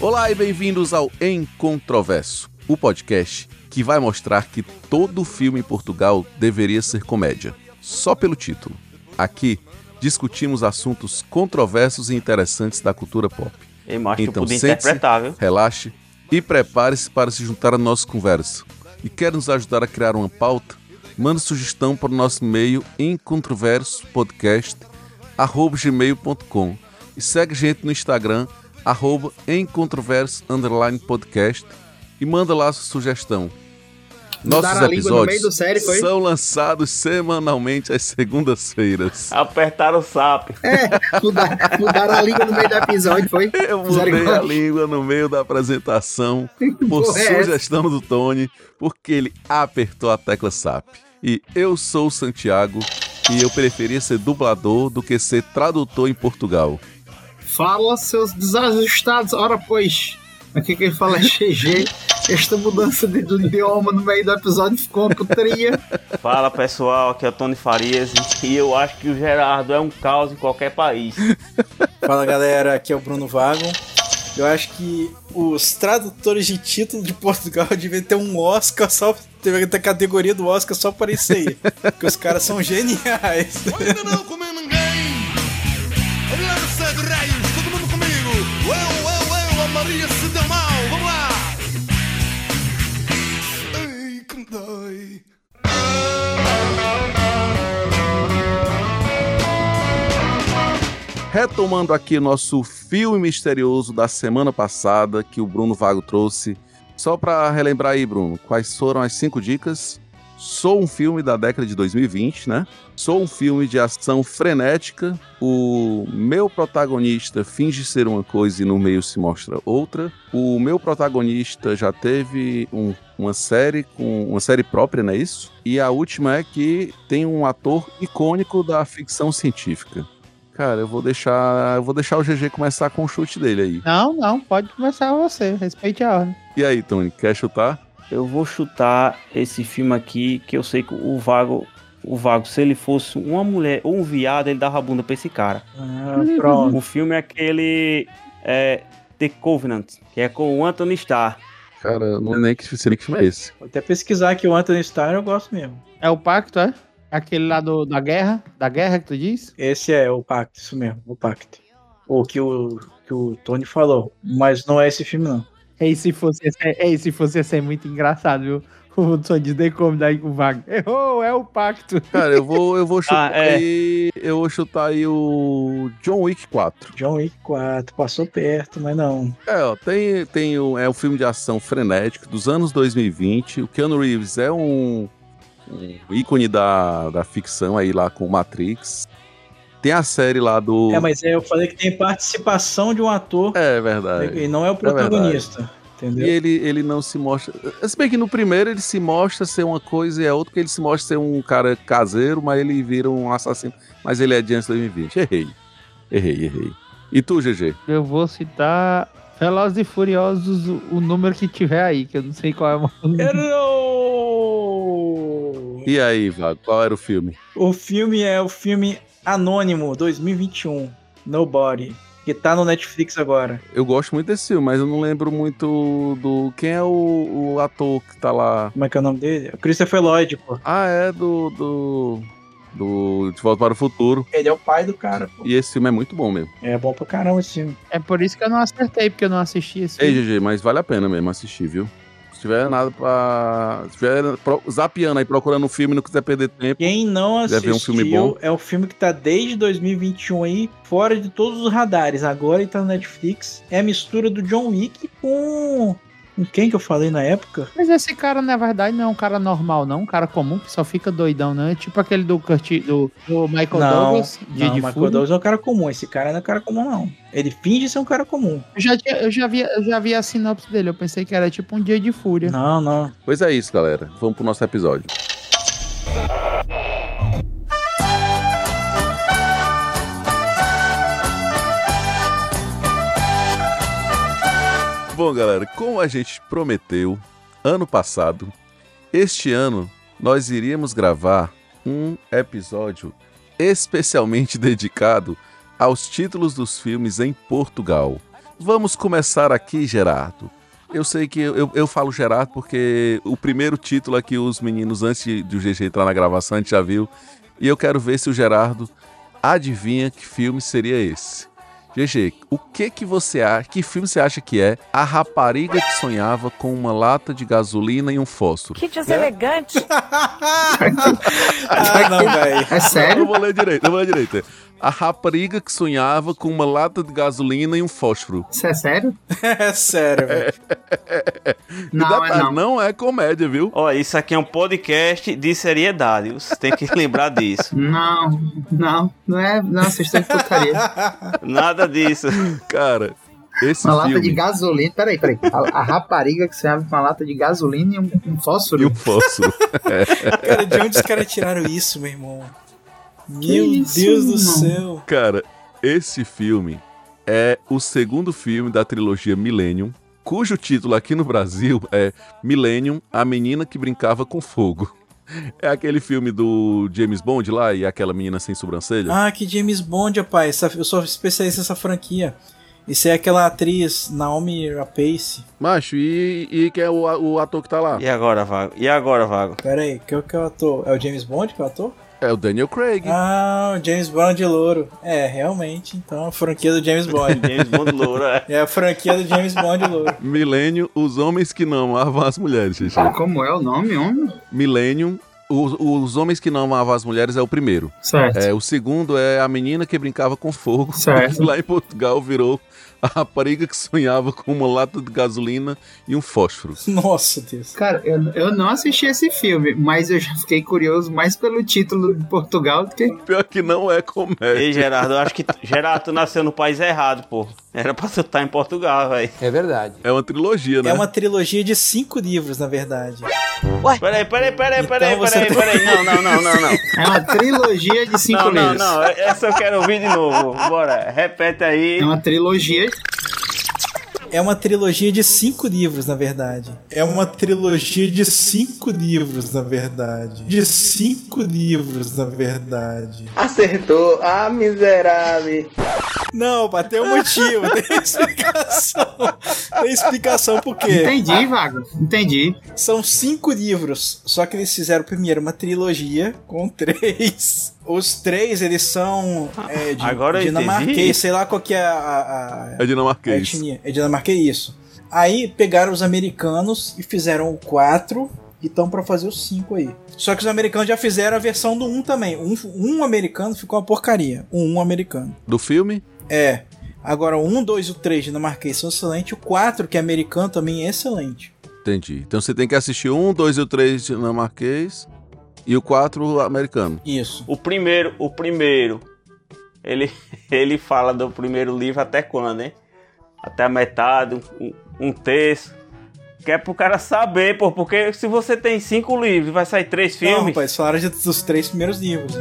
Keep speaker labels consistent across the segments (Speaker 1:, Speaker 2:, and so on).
Speaker 1: Olá e bem-vindos ao Incontroverso, o podcast que vai mostrar que todo filme em Portugal deveria ser comédia, só pelo título. Aqui discutimos assuntos controversos e interessantes da cultura pop.
Speaker 2: Eu acho que eu
Speaker 1: Então,
Speaker 2: pude
Speaker 1: sente-se.
Speaker 2: interpretar, viu?
Speaker 1: Relaxe e prepare-se para se juntar à nossa conversa. E quer nos ajudar a criar uma pauta? Mande sugestão para o nosso e-mail incontroverso_podcast@gmail.com e segue a gente no Instagram arroba incontroverso underline podcast e manda lá sua sugestão. Nossos
Speaker 3: Mudaram a língua no
Speaker 1: episódios
Speaker 3: meio do série, foi?
Speaker 1: são lançados semanalmente às segundas-feiras.
Speaker 2: Apertar o sapo.
Speaker 3: Mudaram, mudaram a língua no meio do episódio, foi?
Speaker 1: Eu
Speaker 3: Fizeram
Speaker 1: mudei
Speaker 3: igual.
Speaker 1: a língua no meio da apresentação por
Speaker 3: porra é essa?
Speaker 1: sugestão do Tony, porque ele apertou a tecla SAP. E eu sou o Santiago e eu preferia ser dublador do que ser tradutor em Portugal.
Speaker 3: Fala, seus desajustados. Ora, pois, aqui quem fala é GG. Esta mudança de idioma no meio do episódio ficou uma putaria.
Speaker 2: Fala pessoal, aqui é o Tony Farias e eu acho que o Gerardo é um caos em qualquer país.
Speaker 4: Fala galera, aqui é o Bruno Vago. Eu acho que os tradutores de título de Portugal deviam ter um Oscar só. Teve a categoria do Oscar só para isso aí. Porque os caras são geniais.
Speaker 5: Ainda não comi ninguém. Lança de raios, todo mundo comigo. Eu, eu, eu, a Maria se deu mal. Vamos lá. Ai, que me dói.
Speaker 1: Retomando aqui nosso filme misterioso da semana passada que o Bruno Vago trouxe. Só para relembrar aí, Bruno, quais foram as cinco dicas? Sou um filme da década de 2020, né? Sou um filme de ação frenética. O meu protagonista finge ser uma coisa e no meio se mostra outra. O meu protagonista já teve um- uma série com uma série própria, não é isso? E a última é que tem um ator icônico da ficção científica. Cara, eu vou deixar. Eu vou deixar o GG começar com o chute dele aí.
Speaker 6: Não, não, pode começar você, respeite a ordem.
Speaker 1: E aí, Tony, quer chutar?
Speaker 2: Eu vou chutar esse filme aqui que eu sei que o Vago, o Vago, se ele fosse uma mulher ou um viado, ele dava a bunda pra esse cara.
Speaker 4: Ah, pronto.
Speaker 2: O filme é aquele é, The Covenant, que é com o Anthony Starr.
Speaker 1: Cara, eu não nem que sei nem que filme é esse.
Speaker 4: Vou até pesquisar aqui o Anthony Starr, eu gosto mesmo.
Speaker 6: É o pacto, é? Aquele lá do, da guerra, da guerra que tu diz?
Speaker 4: Esse é o Pacto, isso mesmo, o Pacto. O que o, que o Tony falou. Mas não é esse filme, não.
Speaker 6: Ei, se fosse, ei, se fosse ia ser muito engraçado, viu? O som de The Comedy aí com o Vago. Errou, é o pacto.
Speaker 1: Cara, eu vou, eu vou chutar
Speaker 2: Ah, é.
Speaker 1: aí. Eu vou chutar aí o John Wick 4.
Speaker 4: John Wick 4, passou perto, mas não.
Speaker 1: É, ó, tem, tem um, é um filme de ação frenético dos anos 2020. O Keanu Reeves é um, um ícone da, da ficção aí lá com Matrix. Tem a série lá do.
Speaker 4: É, mas é, eu falei que tem participação de um ator
Speaker 1: É verdade.
Speaker 4: E não é o
Speaker 1: verdade.
Speaker 4: protagonista,
Speaker 1: E
Speaker 4: entendeu?
Speaker 1: ele, ele não se mostra. eh, Se bem que no primeiro ele se mostra ser uma coisa e é outra, porque ele se mostra ser um cara caseiro, mas ele vira um assassino. Mas ele é de antes de 2020. Errei. Errei, errei. E tu, GG?
Speaker 6: Eu vou citar Velozes e Furiosos, o- o número que tiver aí, que eu não sei qual é o número.
Speaker 4: Errou!
Speaker 1: E aí, Vago, qual era o filme?
Speaker 4: O filme é o filme Anônimo 2021, Nobody, que tá no Netflix agora.
Speaker 1: Eu gosto muito desse filme, mas eu não lembro muito do. Quem é o, o ator que tá lá?
Speaker 4: Como é que é o nome dele? É o Christopher Lloyd, pô.
Speaker 1: Ah, é do. do. do De Volta para o Futuro.
Speaker 4: Ele é o pai do cara, pô.
Speaker 1: E esse filme é muito bom mesmo.
Speaker 4: É bom pra caramba esse filme.
Speaker 6: É por isso que eu não acertei, porque eu não assisti esse
Speaker 1: Ei,
Speaker 6: filme.
Speaker 1: GG, mas vale a pena mesmo assistir, viu? Se tiver nada pra. Se tiver pro- zapeando aí, procurando um filme, não quiser perder tempo.
Speaker 4: Quem não
Speaker 1: Quiser ver
Speaker 4: assistiu
Speaker 1: um filme bom?
Speaker 4: é um filme que tá desde 2021 aí, fora de todos os radares. Agora ele tá no Netflix. É a mistura do John Wick com... com quem que eu falei na época?
Speaker 6: Mas esse cara, na verdade, não é um cara normal, não. Um cara comum que só fica doidão, não. É tipo aquele do, Kurt, do, do Michael
Speaker 4: Não,
Speaker 6: Douglas, de,
Speaker 4: não,
Speaker 6: de
Speaker 4: Michael
Speaker 6: Fúria.
Speaker 4: Douglas é um cara comum. Esse cara não é um cara comum, não. Ele finge ser um cara comum.
Speaker 6: Eu já, tinha- eu, já vi, eu já vi a sinopse dele, eu pensei que era tipo um dia de fúria.
Speaker 4: Não, não.
Speaker 1: Pois é isso, galera. Vamos pro nosso episódio. Bom, galera, como a gente prometeu ano passado, este ano nós iríamos gravar um episódio especialmente dedicado aos títulos dos filmes em Portugal. Vamos começar aqui, Gerardo. Eu sei que eu, eu falo Gerardo porque o primeiro título aqui, os meninos, antes de- do GG entrar na gravação, a gente já viu. E eu quero ver se o Gerardo adivinha que filme seria esse. GG, o que que você acha, que filme você acha que é A Rapariga que Sonhava com uma Lata de Gasolina e um Fósforo?
Speaker 7: Que deselegante.
Speaker 4: ah, não, velho.
Speaker 3: É
Speaker 1: Não, não
Speaker 3: sério?
Speaker 1: vou ler direito, não vou ler direito. A Rapariga que Sonhava com uma Lata de Gasolina e um Fósforo.
Speaker 3: Isso é sério?
Speaker 4: É sério, velho.
Speaker 1: E
Speaker 3: Não, é
Speaker 1: detalhe,
Speaker 3: não.
Speaker 1: não é comédia, viu?
Speaker 2: Ó, isso aqui é um podcast de seriedade. Você tem que lembrar disso.
Speaker 3: Não, não, não é. Não, vocês estão de putaria.
Speaker 2: Nada disso.
Speaker 1: Cara, esse
Speaker 3: Uma lata de
Speaker 1: filme
Speaker 3: gasolina. Peraí, peraí. A, a rapariga que sonhava com uma lata de gasolina e um, um fósforo.
Speaker 1: e um Fósforo.
Speaker 4: Cara, de onde os caras tiraram isso, meu irmão? Meu
Speaker 3: isso,
Speaker 4: Deus do
Speaker 3: irmão?
Speaker 4: céu.
Speaker 1: Cara, esse filme é o segundo filme da trilogia Millennium, cujo título aqui no Brasil é Millennium, a menina que brincava com fogo. É aquele filme do James Bond lá e aquela menina sem sobrancelha?
Speaker 4: Ah, que James Bond, rapaz. Essa- Eu sou especialista nessa franquia. Isso é aquela atriz Naomi Rapace.
Speaker 1: Macho, e, e que é o, o ator que tá lá?
Speaker 2: E agora, Vago? E agora, Vago?
Speaker 4: Pera aí, que é o que é o ator? É o James Bond que é o ator?
Speaker 1: É o Daniel Craig.
Speaker 4: Ah, o James Bond de louro. É, realmente, então, a franquia do James Bond.
Speaker 2: James Bond louro, é.
Speaker 4: É a franquia do James Bond de louro.
Speaker 1: Millennium, os homens que não amavam as mulheres, gente.
Speaker 4: Ah.
Speaker 3: Como é o nome, homem?
Speaker 1: Millennium, os, os homens que não amavam as mulheres é o primeiro.
Speaker 3: Certo.
Speaker 1: É, o segundo é a menina que brincava com fogo.
Speaker 3: Certo.
Speaker 1: Lá em Portugal virou a rapariga que sonhava com uma lata de gasolina e um fósforo.
Speaker 4: Nossa, Deus.
Speaker 3: Cara, eu, eu não assisti esse filme, mas eu já fiquei curioso mais pelo título de Portugal do que.
Speaker 1: Pior que não é comédia.
Speaker 2: Ei, Gerardo, eu acho que. Gerardo, tu nasceu no país errado, pô. Era pra tu estar em Portugal, velho.
Speaker 1: É uma trilogia, né?
Speaker 4: É uma trilogia de cinco livros, na verdade.
Speaker 2: Peraí, peraí, peraí, peraí,
Speaker 4: Então você
Speaker 2: peraí,
Speaker 4: tem-
Speaker 2: peraí. Não, não, não, não, não.
Speaker 3: É uma trilogia de cinco
Speaker 2: Não, não,
Speaker 3: livros.
Speaker 2: não. Essa eu quero ouvir de novo. Bora, repete aí.
Speaker 3: É uma trilogia.
Speaker 4: É uma trilogia de cinco livros, na verdade. É uma trilogia de cinco livros, na verdade. De cinco livros, na verdade.
Speaker 8: Acertou, ah, miserável.
Speaker 4: Não, pá, tem um motivo, tem explicação. Tem explicação por quê?
Speaker 3: Entendi, Vago. Entendi.
Speaker 4: São cinco livros, só que eles fizeram primeiro uma trilogia com três. Os três, eles são é, de,
Speaker 2: Agora eu entendi.
Speaker 4: dinamarquês, sei lá qual que é a- a- a,
Speaker 1: É
Speaker 4: É
Speaker 1: dinamarquês.
Speaker 4: etnia, é dinamarquês, isso. Aí pegaram os americanos e fizeram o 4 e estão pra fazer o 5 aí. Só que os americanos já fizeram a versão do 1 também. Um, um americano ficou uma porcaria. Um, um americano.
Speaker 1: Do filme?
Speaker 4: É. Agora, o 1, 2 e o 3 dinamarquês são excelentes. O 4, que é americano, também é excelente.
Speaker 1: Entendi. Então você tem que assistir um, dois e o três dinamarquês e o quatro americano.
Speaker 4: Isso.
Speaker 2: O primeiro, o primeiro. Ele, ele fala do primeiro livro até quando, hein? Até a metade, um, um terço. Que é pro cara saber, pô. Porque se você tem cinco livros, vai sair três
Speaker 4: Não,
Speaker 2: filmes.
Speaker 4: rapaz, falaram de- dos três primeiros livros.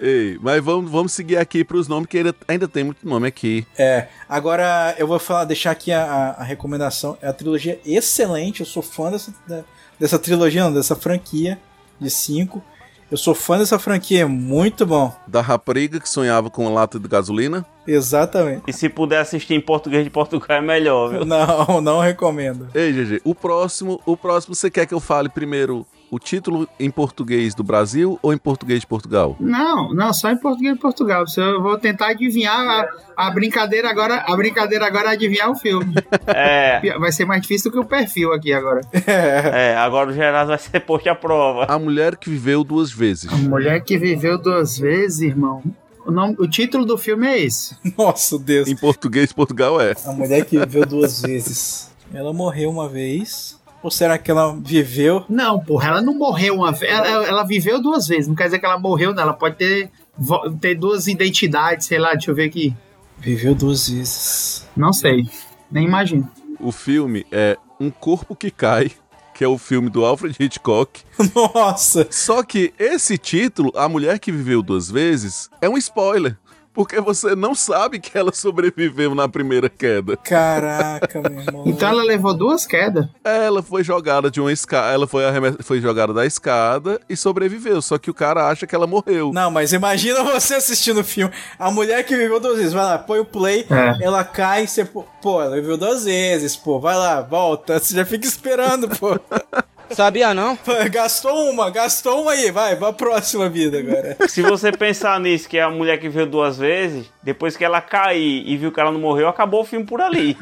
Speaker 1: Ei, mas vamos, vamos seguir aqui pros nomes, que ainda, ainda tem muito nome aqui.
Speaker 4: É, agora eu vou falar, deixar aqui a, a- a recomendação. É a trilogia excelente, eu sou fã dessa, da- dessa trilogia, não, dessa franquia de 5. Eu sou fã dessa franquia, é muito bom.
Speaker 1: Da rapariga que sonhava com uma lata de gasolina.
Speaker 4: Exatamente.
Speaker 2: E se puder assistir em português de Portugal, é melhor, viu?
Speaker 4: Não, não recomendo.
Speaker 1: Ei, GG, o próximo, o próximo você quer que eu fale primeiro o título em português do Brasil ou em português de Portugal?
Speaker 3: Não, não, só em português de Portugal. Só Eu vou tentar adivinhar a, a brincadeira agora. A brincadeira agora é adivinhar o filme.
Speaker 2: É,
Speaker 3: Vai ser mais difícil do que o perfil aqui agora.
Speaker 2: é, agora o Gerardo vai ser posto à prova.
Speaker 1: A mulher que viveu duas vezes.
Speaker 3: A mulher que viveu duas vezes, irmão. O, nome, o título do filme é esse.
Speaker 4: Nossa, Deus.
Speaker 1: Em português de Portugal é.
Speaker 4: A mulher que viveu duas vezes. Ela morreu uma vez. Ou será que ela viveu?
Speaker 3: Não, porra, ela não morreu uma vez. Ela, ela- ela viveu duas vezes. Não quer dizer que ela morreu, não. Ela pode ter, vo- ter duas identidades, sei lá, deixa eu ver aqui.
Speaker 4: Viveu duas vezes.
Speaker 3: Não sei. Nem imagino.
Speaker 1: O filme é Um Corpo que Cai, que é o filme do Alfred Hitchcock.
Speaker 4: Nossa!
Speaker 1: Só que esse título, A Mulher que Viveu Duas Vezes, é um spoiler. porque você não sabe que ela sobreviveu na primeira queda.
Speaker 4: Caraca, meu irmão.
Speaker 3: Então ela levou duas quedas.
Speaker 1: Ela foi jogada de uma escada, ela foi, arreme- foi jogada da escada e sobreviveu, só que o cara acha que ela morreu.
Speaker 4: Não, mas imagina você assistindo o filme. A mulher que viveu duas vezes, vai lá, põe o play,
Speaker 3: É.
Speaker 4: ela cai, você. pô- Pô, ela viveu duas vezes, pô, vai lá, volta. Você já fica esperando, pô.
Speaker 7: Sabia não?
Speaker 4: Pô, Gastou uma, gastou uma aí, vai, pra próxima vida agora.
Speaker 2: Se você pensar nisso, que é a mulher que viu duas vezes, depois que ela cair e viu que ela não morreu, acabou o filme por ali.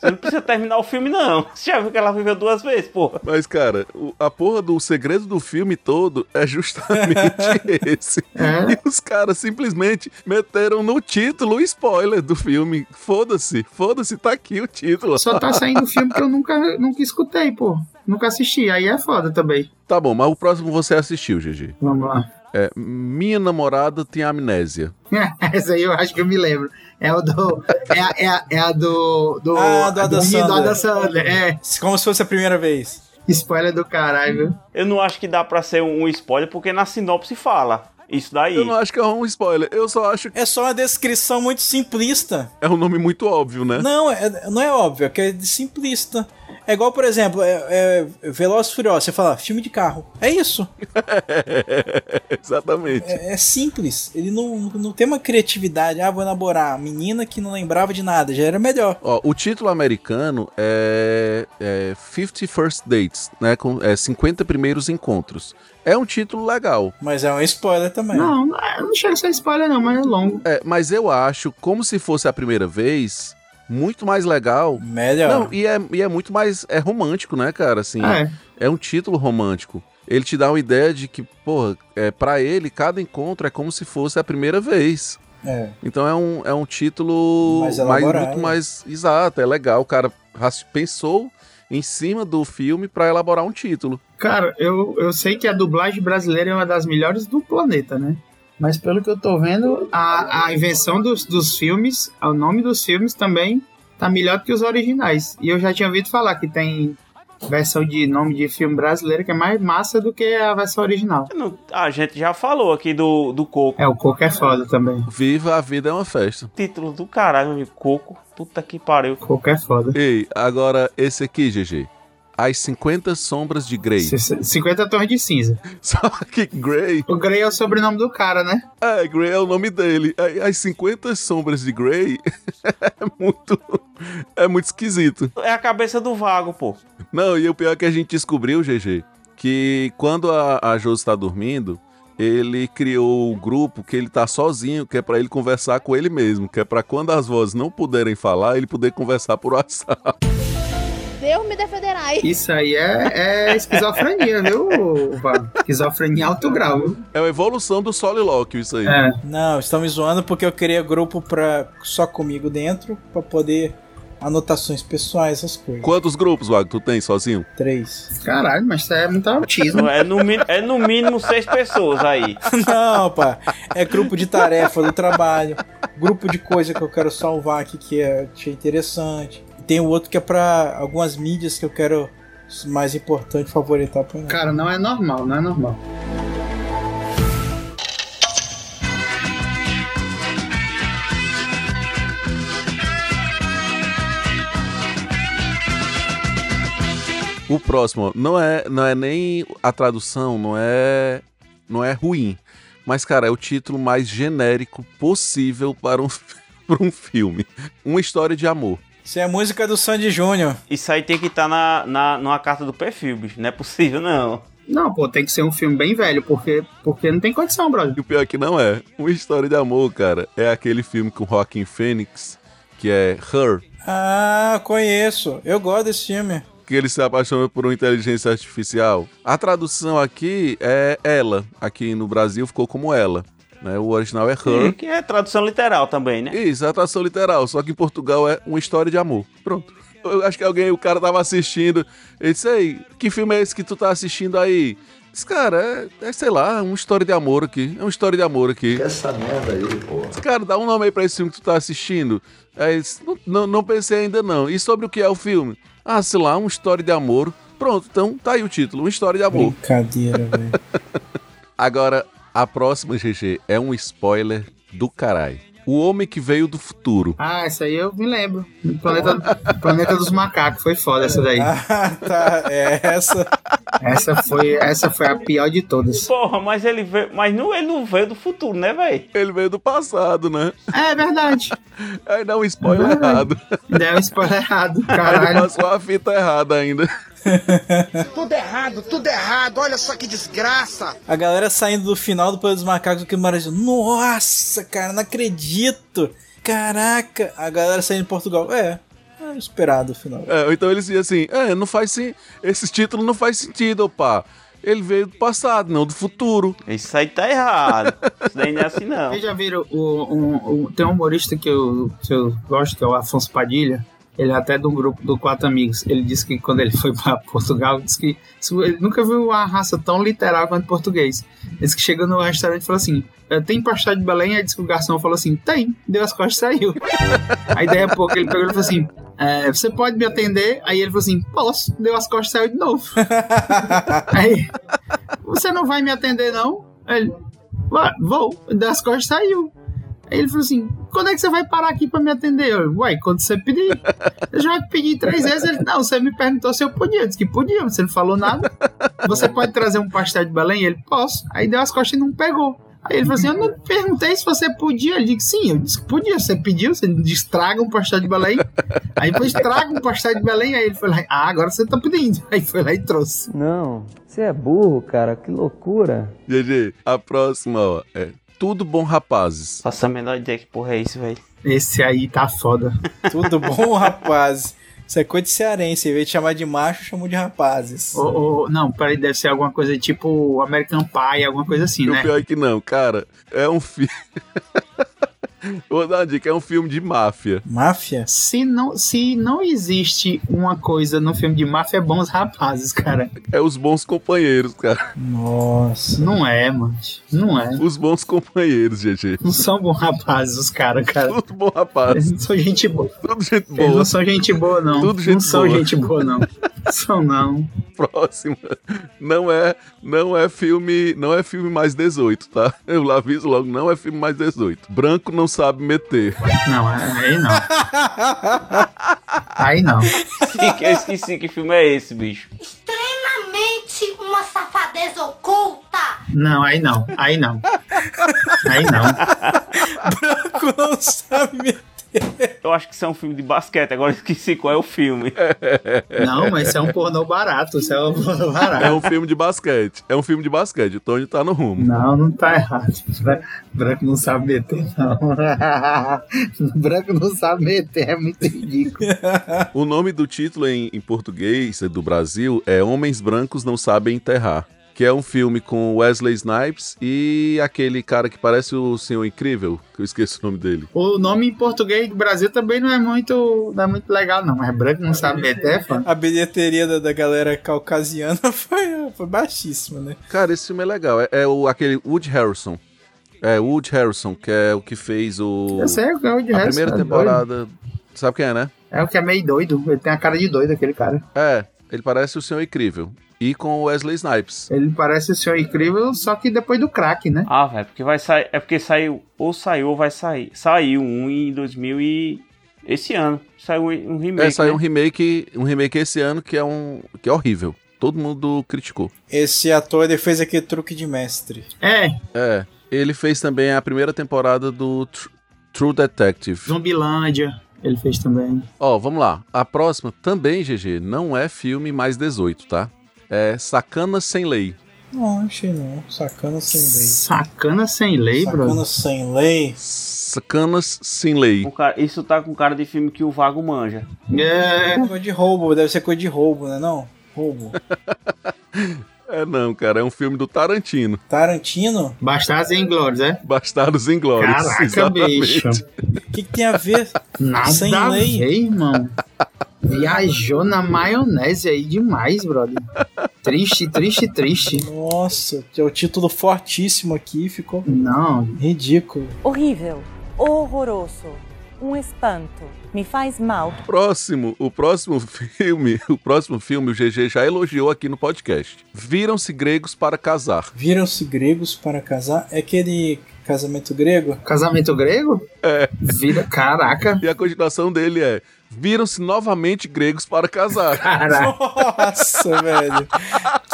Speaker 2: Você não precisa terminar o filme, não. Você já viu que ela viveu duas vezes, porra.
Speaker 1: Mas, cara, o- a porra do segredo do filme todo é justamente esse.
Speaker 3: É.
Speaker 1: E os caras simplesmente meteram no título o spoiler do filme. Foda-se, foda-se, tá aqui o título.
Speaker 3: Só tá saindo um filme que eu nunca, nunca escutei, pô. Nunca assisti. Aí é foda também.
Speaker 1: Tá bom, mas o próximo você assistiu, GG.
Speaker 3: Vamos lá.
Speaker 1: É, minha namorada tem amnésia.
Speaker 3: Essa aí eu acho que eu me lembro. É o do. É a, é a, é a do, do.
Speaker 4: Ah, do
Speaker 3: a
Speaker 4: Adam
Speaker 3: do
Speaker 4: Sandler.
Speaker 3: Adam Sandler. É.
Speaker 4: Como se fosse a primeira vez.
Speaker 3: Spoiler do caralho, viu?
Speaker 2: Eu não acho que dá pra ser um um spoiler, porque na sinopse fala. Isso daí.
Speaker 1: Eu não acho que é um spoiler, eu só acho que
Speaker 4: É só uma descrição muito simplista.
Speaker 1: é um nome muito óbvio, né?
Speaker 4: Não, é- não é óbvio, é que é de simplista. É igual, por exemplo, é, é Veloz e Furioso, você fala, filme de carro. É isso.
Speaker 1: Exatamente.
Speaker 4: É, é simples. Ele não, não tem uma criatividade. Ah, vou namorar a menina que não lembrava de nada, já era melhor.
Speaker 1: Ó, o título americano é, é 50 First Dates, né? Com, é 50 Primeiros Encontros. É um título legal.
Speaker 4: Mas é um spoiler também.
Speaker 3: Não, não, não chega a ser spoiler, não, mas é longo.
Speaker 1: É, mas eu acho, como se fosse a primeira vez, muito mais legal.
Speaker 4: Melhor.
Speaker 1: Não, e é, e é muito mais. É romântico, né, cara? Assim,
Speaker 3: É.
Speaker 1: é um título romântico. Ele te dá uma ideia de que, porra, é, pra ele, cada encontro é como se fosse a primeira vez.
Speaker 4: É.
Speaker 1: Então é um, é um título
Speaker 4: Mais
Speaker 1: mais
Speaker 4: elaborado.
Speaker 1: muito mais exato, é legal. O cara ras- pensou em cima do filme pra elaborar um título.
Speaker 3: Cara, eu, eu sei que a dublagem brasileira é uma das melhores do planeta, né? Mas pelo que eu tô vendo, a, a invenção dos, dos filmes, o nome dos filmes também tá melhor que os originais. E eu já tinha ouvido falar que tem versão de nome de filme brasileiro que é mais massa do que a versão original.
Speaker 2: Não- A gente já falou aqui do, do Coco.
Speaker 3: É, o Coco é foda também.
Speaker 1: Viva a vida é uma festa.
Speaker 2: Título do caralho, meu amigo. Coco. Puta que pariu.
Speaker 3: O Coco é foda.
Speaker 1: Ei, agora esse aqui, GG. As 50 Sombras de Grey.
Speaker 3: C- c- 50 Torres de Cinza.
Speaker 1: Só que Grey
Speaker 3: O Grey é o sobrenome do cara, né?
Speaker 1: É, Grey é o nome dele. A- As 50 sombras de Grey é muito. É muito esquisito.
Speaker 2: É a cabeça do vago, pô.
Speaker 1: Não, e o pior é que a gente descobriu, GG, que quando a, a Josi tá dormindo, ele criou o grupo que ele tá sozinho, que é pra ele conversar com ele mesmo, que é pra quando as vozes não puderem falar, ele poder conversar por WhatsApp.
Speaker 9: Deus me defenderai.
Speaker 3: Isso aí é, é esquizofrenia, viu, Vado? Esquizofrenia alto grau, viu?
Speaker 1: É uma evolução do Solilóquio, isso aí.
Speaker 3: É.
Speaker 4: Não, estão me zoando porque eu queria grupo pra, só comigo dentro, pra poder anotações pessoais, essas coisas.
Speaker 1: Quantos grupos, Wag, tu tem sozinho?
Speaker 4: Três.
Speaker 3: Caralho, mas isso é muito autismo.
Speaker 2: É no, mi- é no mínimo seis pessoas aí.
Speaker 4: Não, pá. É grupo de tarefa do trabalho, grupo de coisa que eu quero salvar aqui que é, achei interessante. E tem o outro que é pra algumas mídias que eu quero mais importante favoritar pra mim.
Speaker 3: Cara, não é normal, não é normal.
Speaker 1: O próximo ó, não é, não é nem a tradução, não é, não é ruim, mas cara é o título mais genérico possível para um, para um filme, uma história de amor.
Speaker 4: Isso é a música do Sandy Júnior.
Speaker 2: Isso aí tem que estar na, na, numa carta do perfil, bicho. Não é possível, não.
Speaker 3: Não, pô, tem que ser um filme bem velho, porque, porque não tem condição, brother.
Speaker 1: E o pior é que não é. Uma história de amor, cara, é aquele filme com o Joaquin Phoenix que é Her,
Speaker 4: Ah, conheço. Eu gosto desse filme.
Speaker 1: que ele se apaixona por uma inteligência artificial. A tradução aqui é ela. Aqui no Brasil ficou como ela. Né? O original é
Speaker 2: E
Speaker 1: Her.
Speaker 2: que é tradução literal também, né?
Speaker 1: Isso, é atração literal, só que em Portugal é uma história de amor. Pronto. Eu acho que alguém, o cara tava assistindo, ele disse, ei, que filme é esse que tu tá assistindo aí? Disse, cara, é, é, sei lá, uma história de amor aqui, é uma história de amor aqui.
Speaker 5: Essa merda aí, porra.
Speaker 1: Disse, cara, dá um nome aí pra esse filme que tu tá assistindo. Aí ele disse, não, não, não pensei ainda não, e sobre o que é o filme? Ah, sei lá, uma história de amor. Pronto, então tá aí o título, uma história de amor.
Speaker 4: Brincadeira, velho.
Speaker 1: Agora, a próxima, GG, é um spoiler do caralho. O Homem que Veio do Futuro.
Speaker 3: Ah, essa aí eu me lembro. O Planeta, o Planeta dos Macacos, foi foda essa daí.
Speaker 4: Ah, tá. É essa.
Speaker 3: Essa foi, essa foi a pior de todas.
Speaker 2: Porra, mas ele veio. Mas não, ele não veio do futuro, né, velho?
Speaker 1: Ele veio do passado, né?
Speaker 3: É verdade.
Speaker 1: Aí dá um spoiler
Speaker 3: Ah.
Speaker 1: errado.
Speaker 3: Deu um spoiler errado,
Speaker 1: Aí ele
Speaker 3: caralho.
Speaker 1: passou a fita errada ainda.
Speaker 5: Tudo errado, tudo errado. Olha só que desgraça.
Speaker 4: A galera saindo do final do Planeta dos Macacos aqui no Brasil. Nossa, cara, não acredito. Caraca. A galera saindo de Portugal. É, é esperado o final.
Speaker 1: É, ou então eles iam assim, é, não faz sim. Esse título não faz sentido, opa. Ele veio do passado, não do futuro.
Speaker 2: Isso aí tá errado. Isso daí não é assim, não.
Speaker 3: Vocês já viram o, um- um- tem um humorista que eu, que eu gosto, que é o Afonso Padilha. Ele é até de um grupo do Quatro Amigos. Ele disse que quando ele foi para Portugal, disse que se- ele nunca viu uma raça tão literal quanto português. Ele disse que chegou no restaurante e falou assim: "Eh, Tem pastel de Belém? Aí disse que o garçom falou assim: Tem. Deu as costas e saiu. Aí daí a pouco ele pegou e falou assim: "Eh, Você pode me atender? Aí ele falou assim: Posso. Deu as costas e saiu de novo. Aí, você não vai me atender, não? Aí ele, "Vá, vou. Das costas saiu. Aí ele falou assim: quando é que você vai parar aqui pra me atender? Eu, Uai, quando você pedir. Eu já pedi três vezes. Ele, não, você me perguntou se eu podia. Eu disse que podia, você não falou nada. Você pode trazer um pastel de Belém? Ele, posso. Aí deu as costas e não pegou. Aí ele falou assim: Eu não perguntei se você podia. Ele disse: Sim, eu disse que podia. Você pediu, você disse, traga um pastel de Belém. Aí depois traga um pastel de Belém. Aí ele foi lá: Ah, agora você tá pedindo. Aí foi lá e trouxe.
Speaker 7: Não, você é burro, cara, que loucura.
Speaker 1: GG, a próxima, ó, é Tudo Bom Rapazes.
Speaker 2: Faça a menor ideia que porra é isso, velho.
Speaker 3: Esse aí tá foda.
Speaker 4: Tudo bom, rapaz? Isso é coisa de cearense. Em vez de chamar de macho, chamou de rapazes.
Speaker 3: Ou, ou- não, peraí, deve ser alguma coisa tipo American Pie, alguma coisa assim,
Speaker 1: E o
Speaker 3: né?
Speaker 1: pior é que não, cara, é um filme... Vou dar uma dica, é um filme de máfia.
Speaker 4: Máfia?
Speaker 3: Se não, se não existe uma coisa no filme de máfia, é bons rapazes, cara.
Speaker 1: É os bons companheiros, cara.
Speaker 4: Nossa.
Speaker 3: Não é, mano. Não é.
Speaker 1: Os bons companheiros, GG.
Speaker 3: Não são bons rapazes os caras, cara.
Speaker 1: Tudo bom rapaz,
Speaker 3: Eles não são gente boa.
Speaker 1: tudo gente
Speaker 3: Eles
Speaker 1: boa.
Speaker 3: não são gente boa, não.
Speaker 1: Tudo gente
Speaker 3: não são
Speaker 1: boa.
Speaker 3: gente boa, não. São não.
Speaker 1: Próxima. Não é, não é filme, não é filme mais 18, tá? Eu lá aviso logo, não é filme mais 18. Branco não sabe meter.
Speaker 3: Não, aí não. Aí não.
Speaker 2: Sim, que eu esqueci que filme é esse, bicho.
Speaker 9: Extremamente uma safadeza oculta.
Speaker 3: Não, aí não. Aí não. Aí não.
Speaker 4: Branco não sabe meter.
Speaker 2: Eu acho que isso é um filme de basquete, agora eu esqueci qual é o filme.
Speaker 3: Não, mas isso é um pornô barato. Isso é um pornô barato.
Speaker 1: É um filme de basquete. É um filme de basquete. O Tony tá no rumo.
Speaker 3: Não, não tá errado. Bra- Branco não sabe meter, não. Branco não sabe meter, é muito ridículo.
Speaker 1: O nome do título em, em português do Brasil é Homens Brancos Não Sabem Enterrar. Que é um filme com Wesley Snipes e aquele cara que parece o Senhor Incrível, que eu esqueço o nome dele.
Speaker 3: O nome em português do Brasil também não é muito, não é muito legal, não. Mas branco não sabe meter, é foda.
Speaker 4: A bilheteria da, da galera caucasiana foi, foi baixíssima, né?
Speaker 1: Cara, esse filme é legal. É, é o, aquele Wood Harrison. É, Wood Harrison, que é o que fez o.
Speaker 3: Eu sei, é o de
Speaker 1: A
Speaker 3: resto,
Speaker 1: primeira
Speaker 3: é doido.
Speaker 1: temporada. Sabe quem é, né?
Speaker 3: É o que é meio doido. Ele tem a cara de doido, aquele cara.
Speaker 1: É, ele parece o Senhor Incrível. E com o Wesley Snipes.
Speaker 3: Ele parece o senhor incrível, só que depois do crack, né?
Speaker 2: Ah, velho, porque vai sair. É porque saiu, ou saiu, ou vai sair. Saiu um em 2000 e. Esse ano. Saiu um remake.
Speaker 1: É, saiu um
Speaker 2: né?
Speaker 1: remake, um remake esse ano que é um que é horrível. Todo mundo criticou.
Speaker 4: Esse ator ele fez aquele truque de mestre.
Speaker 3: É,
Speaker 1: É, ele fez também a primeira temporada do Tr- True Detective.
Speaker 3: Zumbilândia. Ele fez também.
Speaker 1: Ó, vamos lá. A próxima também, GG, não é filme mais 18, tá? É Sacana Sem Lei.
Speaker 4: Não, achei não. Sacana sem lei.
Speaker 3: Sacana sem lei, bro.
Speaker 4: Sacana sem lei.
Speaker 1: Sacanas Sem Lei.
Speaker 2: Um cara- isso tá com cara de filme que o Vago manja.
Speaker 3: É.
Speaker 4: Coisa de roubo, deve ser coisa de roubo, né? Não? Roubo.
Speaker 1: É não, cara, é um filme do Tarantino.
Speaker 4: Tarantino?
Speaker 3: Bastardos e Inglórios, é?
Speaker 1: Bastardos Inglórios.
Speaker 3: Caraca, bicho.
Speaker 4: O que, que tem a ver?
Speaker 3: Nada
Speaker 4: Sem
Speaker 3: a
Speaker 4: lei.
Speaker 3: ver, irmão. Viajou na maionese aí demais, brother. Triste, triste, triste.
Speaker 4: Nossa, que é o título fortíssimo aqui, ficou
Speaker 3: Não,
Speaker 4: ridículo.
Speaker 10: Horrível, horroroso, um espanto, me faz mal.
Speaker 1: Próximo, o próximo filme, o próximo filme o GG já elogiou aqui no podcast. Viram-se gregos para casar.
Speaker 4: Viram-se gregos para casar. É aquele Casamento grego?
Speaker 3: Casamento grego?
Speaker 1: É.
Speaker 3: Vira, caraca.
Speaker 1: E a continuação dele é: viram-se novamente gregos para casar.
Speaker 3: Caraca.
Speaker 4: Nossa, velho.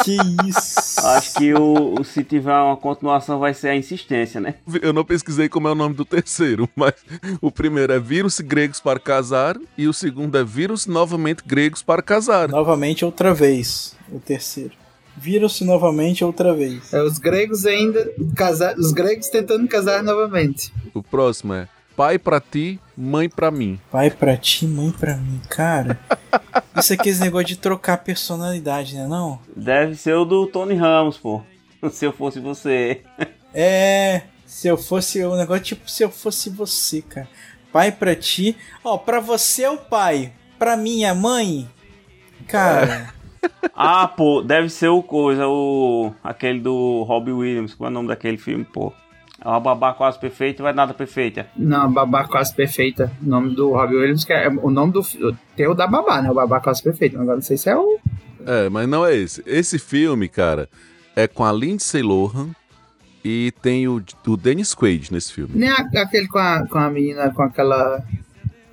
Speaker 4: Que isso.
Speaker 2: Acho que o, o- se tiver uma continuação vai ser a insistência, né?
Speaker 1: Eu não pesquisei como é o nome do terceiro, mas o primeiro é viram-se gregos para casar e o segundo é viram-se novamente gregos para casar.
Speaker 4: Novamente, outra vez. O terceiro. Viram-se novamente outra vez.
Speaker 3: É, os gregos ainda casar, os gregos tentando casar novamente.
Speaker 1: O próximo é pai para ti, mãe para mim.
Speaker 4: Pai pra ti, mãe pra mim, cara. Isso aqui é esse negócio de trocar personalidade, né não?
Speaker 2: Deve ser o do Tony Ramos, pô. Se eu fosse você.
Speaker 4: É, se eu fosse um negócio tipo se eu fosse você, cara. Pai pra ti, ó, pra você é o pai, pra mim é a mãe. Cara,
Speaker 2: Ah, pô, deve ser o coisa, o. aquele do Robbie Williams. Qual é o nome daquele filme, pô? É uma babá quase perfeita e vai nada perfeita.
Speaker 3: Não, Babá Quase Perfeita. O nome do Robbie Williams, que é o nome do. fi- Tem o da Babá, né? O Babá Quase Perfeita. Agora não sei se é o.
Speaker 1: É, mas não é esse. Esse filme, cara, é com a Lindsay Lohan e tem o, o Dennis Quaid nesse filme.
Speaker 3: Nem a- aquele com a, com a menina, com aquela.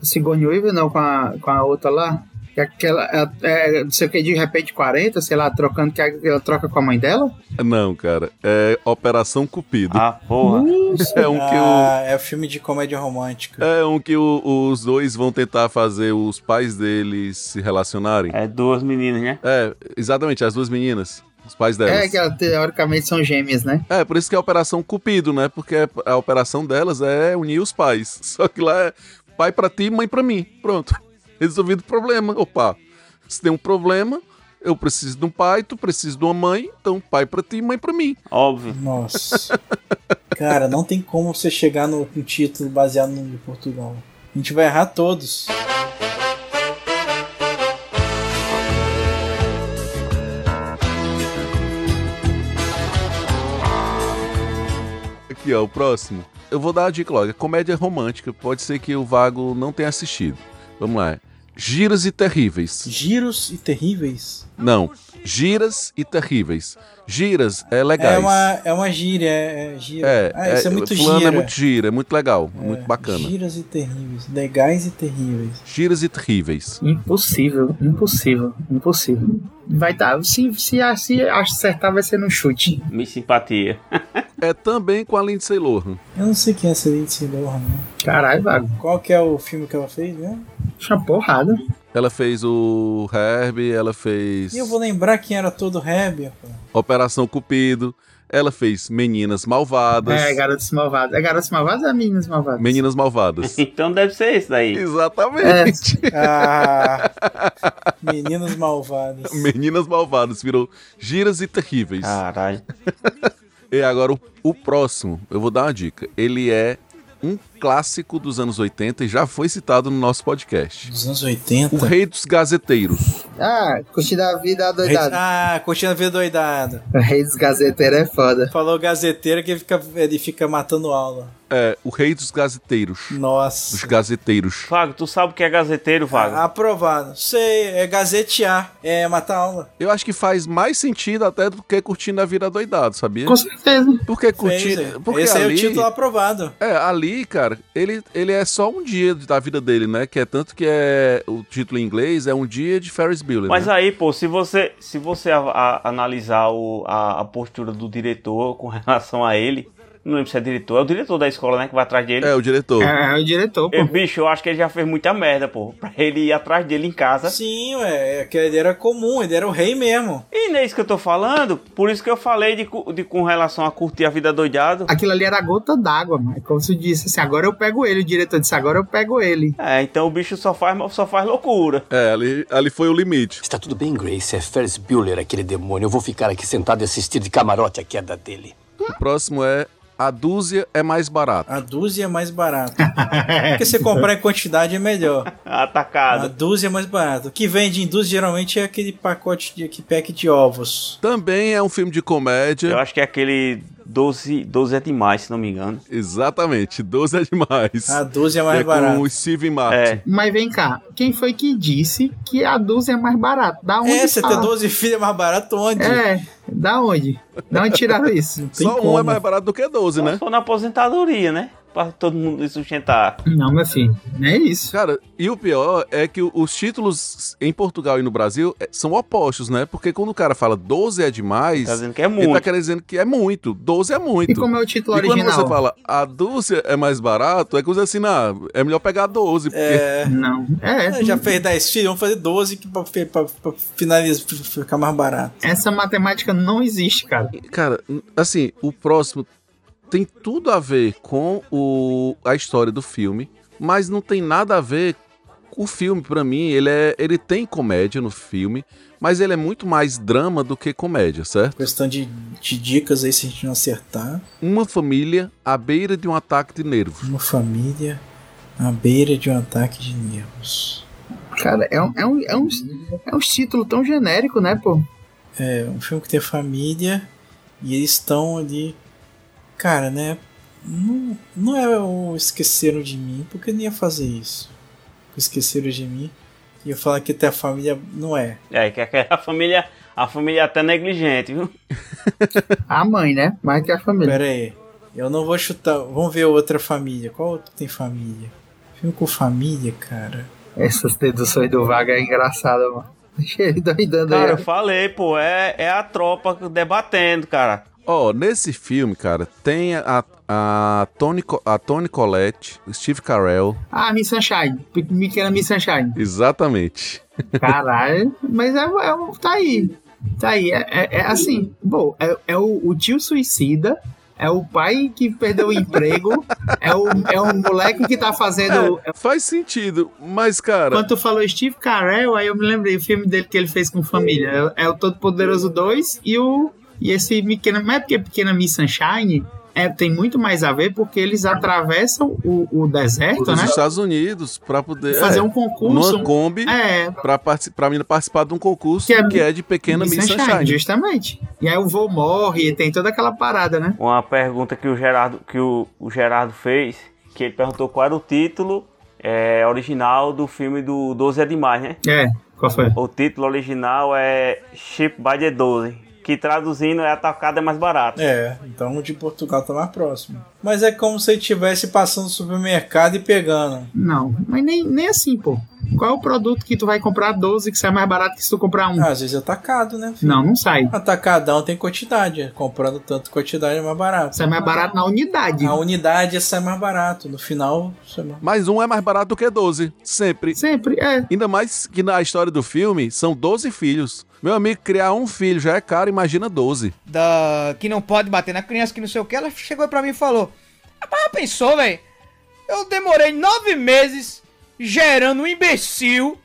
Speaker 3: Sigourney Weaver, não, com a, com a outra lá. Que é aquela. É, é, não sei o que, de repente 40, sei lá, trocando, que ela troca com a mãe dela.
Speaker 1: Não, cara, é Operação Cupido.
Speaker 2: Ah, porra.
Speaker 1: É um que o,
Speaker 4: ah, é filme de comédia romântica.
Speaker 1: É um que o- os dois vão tentar fazer os pais deles se relacionarem.
Speaker 2: É duas meninas, né?
Speaker 1: É, exatamente, as duas meninas. Os pais
Speaker 3: É,
Speaker 1: delas.
Speaker 3: que ela, teoricamente são gêmeas, né?
Speaker 1: É, por isso que é a Operação Cupido, né? Porque a operação delas é unir os pais. Só que lá é pai pra ti, mãe pra mim. Pronto. Resolvido o problema. Opa, se tem um problema, eu preciso de um pai, tu precisa de uma mãe, então pai pra ti, mãe pra mim.
Speaker 2: Óbvio.
Speaker 4: Nossa. Cara, não tem como você chegar no, no título baseado no de Portugal. A gente vai errar todos.
Speaker 1: Aqui, ó, o próximo. Eu vou dar a dica logo. É comédia romântica. Pode ser que o Vago não tenha assistido. Vamos lá. Giras e Terríveis.
Speaker 4: Giros e terríveis.
Speaker 1: Não, giras e terríveis. Giras é legais.
Speaker 4: É uma, é uma gíria, é, é gíria.
Speaker 1: É,
Speaker 4: ah, isso é, muito
Speaker 1: fulano
Speaker 4: gira.
Speaker 1: é muito gira, é muito legal, é muito bacana.
Speaker 4: Giras e terríveis. Legais e terríveis.
Speaker 1: Giras e terríveis.
Speaker 3: Impossível, impossível, impossível. Vai dar. Se, se, se acertar, vai ser num chute.
Speaker 2: Me simpatia.
Speaker 1: É também com a Lindsay Lohan.
Speaker 4: Eu não sei quem é essa Lindsay Lohan, né?
Speaker 3: Caralho, Vago.
Speaker 4: Qual que é o filme que ela fez, né?
Speaker 3: Puxa porrada.
Speaker 1: Ela fez o Herbie, ela fez
Speaker 4: E eu vou lembrar quem era todo Heber, pô.
Speaker 1: Operação Cupido, ela fez Meninas Malvadas.
Speaker 3: É, Garotos Malvados. É Garotos Malvados ou é Meninas Malvadas?
Speaker 1: Meninas Malvadas.
Speaker 2: Então deve ser esse daí.
Speaker 1: Exatamente.
Speaker 4: Ah, Meninas Malvadas.
Speaker 1: Meninas Malvadas virou Giras e Terríveis.
Speaker 4: Ah.
Speaker 2: Caralho.
Speaker 1: E agora o, o próximo, eu vou dar uma dica. Ele é um clássico dos anos 80 e já foi citado no nosso podcast.
Speaker 4: Dos anos
Speaker 1: O
Speaker 4: 80.
Speaker 1: Rei dos Gazeteiros.
Speaker 3: Ah, curtindo a vida adoidado.
Speaker 4: Ah, curtindo a vida doidada.
Speaker 3: Reis Gazeteiro é foda.
Speaker 4: Falou gazeteiro que ele fica, ele fica matando aula.
Speaker 1: É, o Rei dos Gazeteiros. Dos
Speaker 4: Nossa.
Speaker 1: Gazeteiros.
Speaker 2: Vago, tu sabe o que é gazeteiro, Vago?
Speaker 4: Aprovado. Sei, é gazetear. É matar aula.
Speaker 1: Eu acho que faz mais sentido até do que curtindo a vida doidado, sabia?
Speaker 3: Com certeza.
Speaker 1: Porque
Speaker 4: Fez,
Speaker 1: curtir.
Speaker 4: é.
Speaker 1: Porque
Speaker 4: Esse
Speaker 1: ali,
Speaker 4: é o título aprovado.
Speaker 1: É, ali, cara, ele, ele é só um dia da vida dele, né? Que é tanto que é. O título em inglês é um dia de Ferris Bueller.
Speaker 2: Mas
Speaker 1: né?
Speaker 2: aí, pô, se você, se você a- a- analisar o- a, a postura do diretor com relação a ele, não lembro se é diretor, é o diretor da escola, né, que vai atrás dele.
Speaker 1: É, o diretor.
Speaker 3: É, é o diretor, pô.
Speaker 2: Ei, bicho, eu acho que ele já fez muita merda, pô, pra ele ir atrás dele em casa.
Speaker 4: Sim, ué. é que Ele era comum, ele era o rei mesmo.
Speaker 2: E não é isso que eu tô falando, por isso que eu falei de, cu- de com relação a curtir a vida doidado.
Speaker 3: Aquilo ali era a gota d'água, mano. É Como se disse assim, agora eu pego ele. O diretor disse, agora eu pego ele.
Speaker 2: É, então o bicho só faz, só faz loucura.
Speaker 1: É, ali, ali foi o limite.
Speaker 11: Está tudo bem, Grace. É Ferris Bueller, aquele demônio. Eu vou ficar aqui sentado e assistir de camarote a queda dele.
Speaker 1: O próximo é A Dúzia é Mais Barata.
Speaker 4: A dúzia é mais barata. Porque se comprar em quantidade é melhor. A
Speaker 2: Atacado.
Speaker 4: dúzia é mais barata. O que vende em dúzia geralmente é aquele pacote de que pack de ovos.
Speaker 1: Também é um filme de
Speaker 2: Eu
Speaker 1: comédia.
Speaker 2: acho que é aquele 12, 12 é demais, se não me engano.
Speaker 1: Exatamente, 12 é demais.
Speaker 4: A 12 é mais É.
Speaker 1: é
Speaker 4: barato.
Speaker 1: Com o Steve
Speaker 2: É.
Speaker 1: Martin.
Speaker 3: Mas vem cá, quem foi que disse que a 12 é mais barato? Da onde
Speaker 4: É, você ter
Speaker 3: fala?
Speaker 4: 12 filhos é mais barato onde?
Speaker 3: É, da onde? Da onde tiraram isso?
Speaker 1: Só um é mais barato do que 12, né?
Speaker 2: Só na aposentadoria, né? Pra todo mundo se sustentar. Tá
Speaker 3: Não, meu filho, não é isso.
Speaker 1: Cara, e o pior é que o- os títulos em Portugal e no Brasil eh, são opostos, né? Porque quando o cara fala 12 é demais,
Speaker 2: Tá dizendo que é
Speaker 1: ele tá
Speaker 2: muito.
Speaker 1: querendo dizer que é muito. 12 é muito.
Speaker 3: E como é o título
Speaker 1: E quando
Speaker 3: original?
Speaker 1: você fala a dúzia é mais barato, é que você assim, ah, é melhor pegar 12, porque
Speaker 4: É.
Speaker 3: Não, é.
Speaker 4: Ah, Já fez 10 filhos, vamos fazer 12 que pra, pra, pra finalizar, pra ficar mais barato.
Speaker 3: Essa matemática não existe, cara.
Speaker 1: Cara, assim, o próximo tem tudo a ver com o, a história do filme, mas não tem nada a ver. O filme, pra mim, ele, é, ele tem comédia no filme, mas ele é muito mais drama do que comédia, certo?
Speaker 4: Questão de, de dicas aí, se a gente não acertar.
Speaker 1: Uma família à beira de um ataque de nervos.
Speaker 4: Uma família à beira de um ataque de nervos.
Speaker 3: Cara, é um, é um, é um, é um título tão genérico, né, pô?
Speaker 4: É um filme que tem família e eles estão ali. Cara, né? Não, não é o Esqueceram de Mim, porque não ia fazer isso. O Esqueceram de Mim. Ia falar que até a família. Não é.
Speaker 2: É, que a, a família. A família até negligente, viu?
Speaker 3: A mãe, né? Mais que a família.
Speaker 4: Pera aí. Eu não vou chutar. Vamos ver outra família. Qual outro tem família? Filme com família, cara.
Speaker 3: Essas deduções do Vaga é engraçada, mano. Deixa ele doidando
Speaker 2: Cara, eu
Speaker 3: aí.
Speaker 2: falei, pô, é, é a tropa debatendo, cara.
Speaker 1: Ó, nesse filme, cara, tem a, a, Tony, Co- a Tony Collette, Steve Carell,
Speaker 3: Ah, Miss Sunshine. Pequena Miss Sunshine.
Speaker 1: exatamente.
Speaker 3: Caralho. Mas é, é um- tá aí. Tá aí. É, é- é assim. Bom, é, é o, o tio suicida. É o pai que perdeu o emprego. É o, é o moleque que tá fazendo.
Speaker 1: Faz sentido, mas, cara.
Speaker 3: Quando tu falou Steve Carell, aí eu me lembrei o filme dele que ele fez com família. É, é o Todo Poderoso 2 e o. E esse pequena. Mas é porque Pequena Miss Sunshine é, tem muito mais a ver porque eles atravessam o, o deserto,
Speaker 1: dos
Speaker 3: né?
Speaker 1: Estados Unidos pra poder
Speaker 3: Fazer
Speaker 1: é,
Speaker 3: um concurso.
Speaker 1: numa Kombi
Speaker 3: É,
Speaker 1: pra, partici- pra menina participar de um concurso
Speaker 3: Que
Speaker 1: que
Speaker 3: é
Speaker 1: é, de pequena Miss Sunshine.
Speaker 3: Justamente. E aí o vô morre, tem toda aquela parada, né?
Speaker 2: Uma pergunta que o Gerardo, que o, o Gerardo fez, que ele perguntou qual era o título é, original do filme do 12 é demais, né?
Speaker 3: É, qual foi?
Speaker 2: O título original é Ship by the 12, que traduzindo é atacado é mais barato.
Speaker 4: É, então o de Portugal tá mais próximo. Mas é como se ele estivesse passando no supermercado e pegando.
Speaker 3: Não, mas nem, nem assim, pô. Qual é o produto que tu vai comprar 12 que sai mais barato que se tu comprar um?
Speaker 4: Ah, às vezes é atacado, né? filho?
Speaker 3: Não, não sai.
Speaker 4: Atacadão tem quantidade. né? Comprando tanto quantidade é mais barato.
Speaker 3: Sai mais barato na unidade.
Speaker 4: A unidade sai mais barato. No final, sai mais...
Speaker 1: Mas um é mais barato do que 12, sempre.
Speaker 3: Sempre, é.
Speaker 1: Ainda mais que na história do filme são 12 filhos. Meu amigo, criar um filho já é caro, imagina 12.
Speaker 12: da que não pode bater na criança, que não sei o que, ela chegou pra mim e falou: Rapaz, já pensou, velho? Eu demorei nove meses gerando um imbecil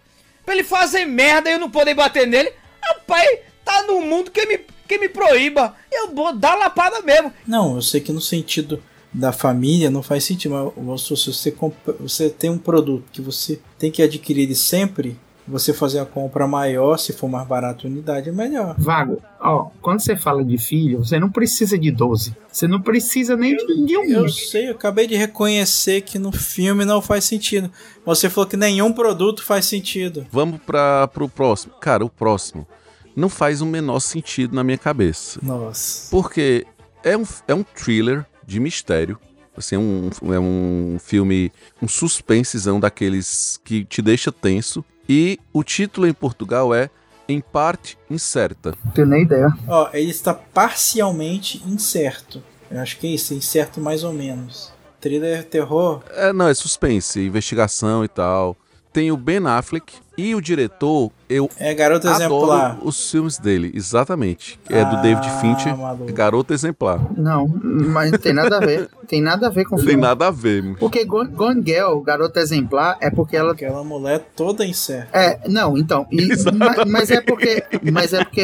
Speaker 12: pra ele fazer merda e eu não poder bater nele. Rapaz, tá no mundo que me, que me proíba. Eu vou dar lapada mesmo.
Speaker 4: Não, eu sei que no sentido da família não faz sentido, mas vamos supor, se você, comp- você tem um produto que você tem que adquirir ele sempre, você fazer a compra maior, se for mais barato a unidade, é melhor.
Speaker 3: Vago, ó, quando você fala de filho, você não precisa de 12. Você não precisa nem de, de um.
Speaker 4: Eu sei, eu acabei de reconhecer que no filme não faz sentido. Você falou que nenhum produto faz sentido.
Speaker 1: Vamos para pro próximo. Cara, o próximo não faz o menor sentido na minha cabeça.
Speaker 4: Nossa.
Speaker 1: Porque é um, é um thriller de mistério. Assim, é um, é um filme, um suspensezão daqueles que te deixa tenso. E o título em Portugal é Em Parte Incerta.
Speaker 3: Não tenho nem ideia.
Speaker 4: Ó, ele está parcialmente incerto. Eu acho que é isso, incerto mais ou menos. Thriller terror,
Speaker 1: É, não, é suspense, investigação e tal. Tem o Ben Affleck e o diretor, eu
Speaker 4: é garoto exemplar.
Speaker 1: adoro os filmes dele, exatamente. É do David
Speaker 4: Ah,
Speaker 1: Fincher,
Speaker 4: maluco.
Speaker 1: Garota Exemplar.
Speaker 3: Não, mas não tem nada a ver. Tem nada a ver com o
Speaker 1: Não tem
Speaker 3: filme.
Speaker 1: nada a ver. meu.
Speaker 3: Porque Gone Gone Girl, garota exemplar, é porque ela
Speaker 4: Aquela mulher toda incerta.
Speaker 3: É, não, então. e- ma- mas, é porque, mas é porque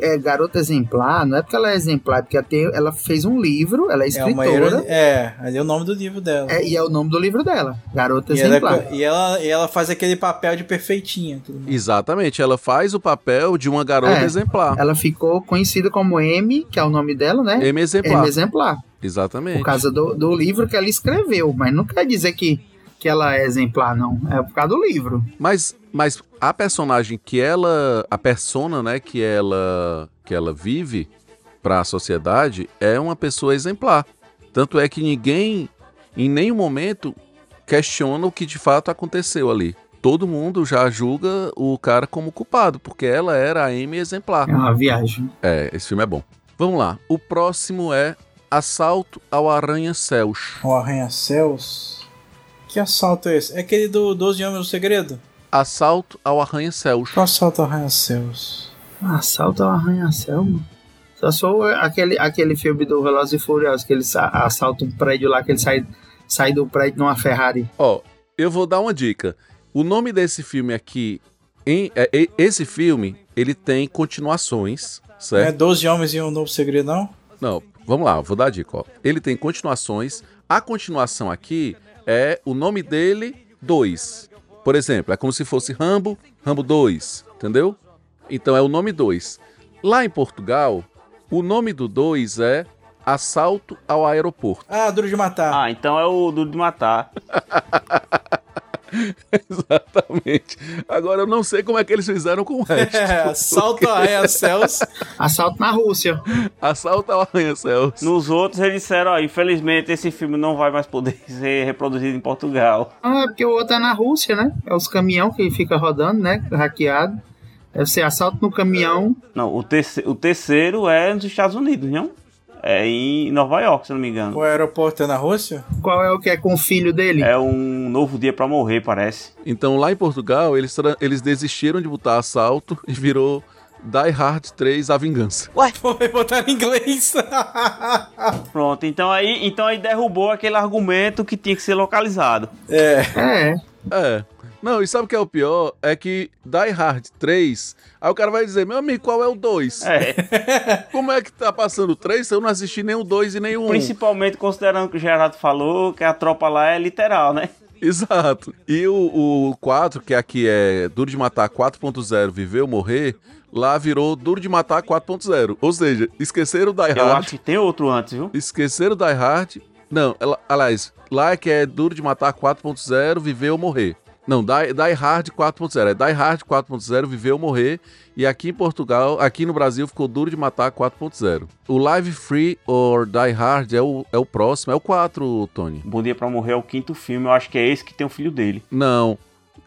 Speaker 3: é garota exemplar, não é porque ela é exemplar, é porque ela, tem- ela fez um livro, ela é
Speaker 4: É, uma
Speaker 3: escritora,
Speaker 4: heroína. É, ali é o nome do livro dela.
Speaker 3: é- e é o nome do livro dela, Garota
Speaker 4: E ela,
Speaker 3: Exemplar.
Speaker 4: e, ela, e ela faz aquele papel de garotinha. Tudo mais.
Speaker 1: Exatamente, ela faz o papel de uma garota
Speaker 3: É.
Speaker 1: exemplar.
Speaker 3: Ela ficou conhecida como M, que é o nome dela, né?
Speaker 1: M exemplar.
Speaker 3: M exemplar.
Speaker 1: Exatamente.
Speaker 3: Por causa do, do livro que ela escreveu, mas não quer dizer que, que ela é exemplar, não. É por causa do livro.
Speaker 1: Mas, mas a personagem que ela. A persona, né, que ela. que ela vive para a sociedade é uma pessoa exemplar. Tanto é que ninguém, em nenhum momento, questiona o que de fato aconteceu ali. Todo mundo já julga o cara como culpado, porque ela era a M exemplar.
Speaker 8: Ah.
Speaker 3: É uma viagem.
Speaker 1: É, esse filme é bom. Vamos lá. O próximo é Assalto ao Aranha-Céus.
Speaker 4: O Arranha-Céus? Que assalto é esse? É aquele do 12 Homens do Segredo?
Speaker 1: Assalto ao Arranha-Céus.
Speaker 4: Qual assalto é ao Arranha-Céus?
Speaker 3: Assalto ao arranha-céu, mano. Só sou aquele, aquele filme do Velozes e Furiosos, que ele sa- assalta um prédio lá, que ele sai, sai do prédio numa Ferrari.
Speaker 1: Ó, eu vou dar uma dica. O nome desse filme aqui, em- é- é- esse filme, ele tem continuações,
Speaker 4: Não é
Speaker 1: certo?
Speaker 4: 12 Homens e um Novo Segredo, não?
Speaker 1: Não, vamos lá, eu vou dar a dica, ó. Ele tem continuações. A continuação aqui é o nome dele 2. Por exemplo, é como se fosse Rambo, Rambo 2, entendeu? Então é o nome 2. Lá em Portugal, o nome do 2 é Assalto ao Aeroporto.
Speaker 4: Ah, Duro de Matar.
Speaker 2: Ah, então é o Duro de Matar.
Speaker 1: Exatamente. Agora eu não sei como é que eles fizeram com o resto.
Speaker 4: assalto ao Arranha-Céus.
Speaker 3: Assalto na Rússia.
Speaker 1: Assalto ao Arranha-Céus.
Speaker 2: Nos outros eles disseram, ó, infelizmente esse filme não vai mais poder ser reproduzido em Portugal.
Speaker 3: Ah, é porque o outro é na Rússia, né? É os caminhão que fica rodando, né? Hackeado. Deve ser assalto no caminhão.
Speaker 2: Não, o, terce- o terceiro é nos Estados Unidos, não? É em Nova York, se eu não me engano.
Speaker 4: O aeroporto é na Rússia?
Speaker 3: Qual é o que é com o filho dele?
Speaker 2: É um novo dia pra morrer, parece.
Speaker 1: Então lá em Portugal, eles, tra- eles desistiram de botar assalto e virou Die Hard 3 A Vingança.
Speaker 4: Foi botar em inglês.
Speaker 2: Pronto, então aí, então aí derrubou aquele argumento que tinha que ser localizado.
Speaker 4: é.
Speaker 3: É.
Speaker 1: É. Não, e sabe o que é o pior? É que Die Hard 3, aí o cara vai dizer, meu amigo, qual é o 2?
Speaker 2: É,
Speaker 1: Como é que tá passando o 3 se eu não assisti nem o 2 e nem o 1?
Speaker 2: principalmente considerando que o Gerardo falou que a tropa lá é literal, né?
Speaker 1: Exato. E o, o 4, que aqui é Duro de Matar 4.0, Viveu Morrer, lá virou Duro de Matar 4.0. Ou seja, esqueceram o Die Hard.
Speaker 2: Eu acho que tem outro antes, viu?
Speaker 1: Esqueceram o Die Hard. Não, ela- aliás, lá é que é Duro de Matar 4.0, Viver ou Morrer. Não, Die, Die Hard 4.0. É Die Hard 4.0, Viver ou Morrer. E aqui em Portugal, aqui no Brasil, ficou Duro de Matar 4.0. O Live Free or Die Hard é o, é o próximo, é o 4, Tony.
Speaker 2: Bom Dia Pra Morrer é o quinto filme, eu acho que é esse que tem o filho dele.
Speaker 1: Não,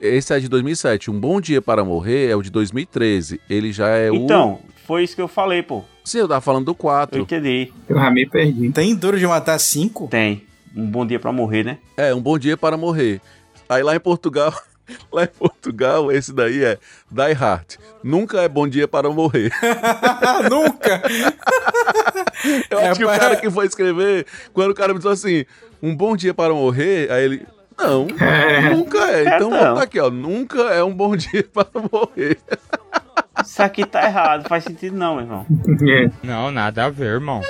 Speaker 1: esse é de 2007. Um Bom Dia para Morrer é o de 2013. Ele já é o...
Speaker 2: Então, foi isso que eu falei, pô.
Speaker 1: Sim, eu tava falando do
Speaker 2: Eu
Speaker 1: 4.
Speaker 2: entendi.
Speaker 3: Eu já me perdi.
Speaker 4: Tem Duro de Matar 5?
Speaker 2: Tem. Um bom dia pra morrer, né?
Speaker 1: É, um bom dia para morrer. Aí lá em Portugal, lá em Portugal, esse daí é Die Hard. Nunca é bom dia para morrer.
Speaker 4: Nunca!
Speaker 1: Eu
Speaker 4: É,
Speaker 1: acho que o
Speaker 4: pa-
Speaker 1: cara que foi escrever, quando o cara me disse assim, um bom dia para morrer, aí ele. Não, nunca é. Então
Speaker 2: não.
Speaker 1: tá aqui, ó. Nunca é um bom dia para morrer.
Speaker 2: Isso aqui tá errado, não faz sentido não, meu irmão.
Speaker 3: É.
Speaker 13: Não, nada a ver, irmão.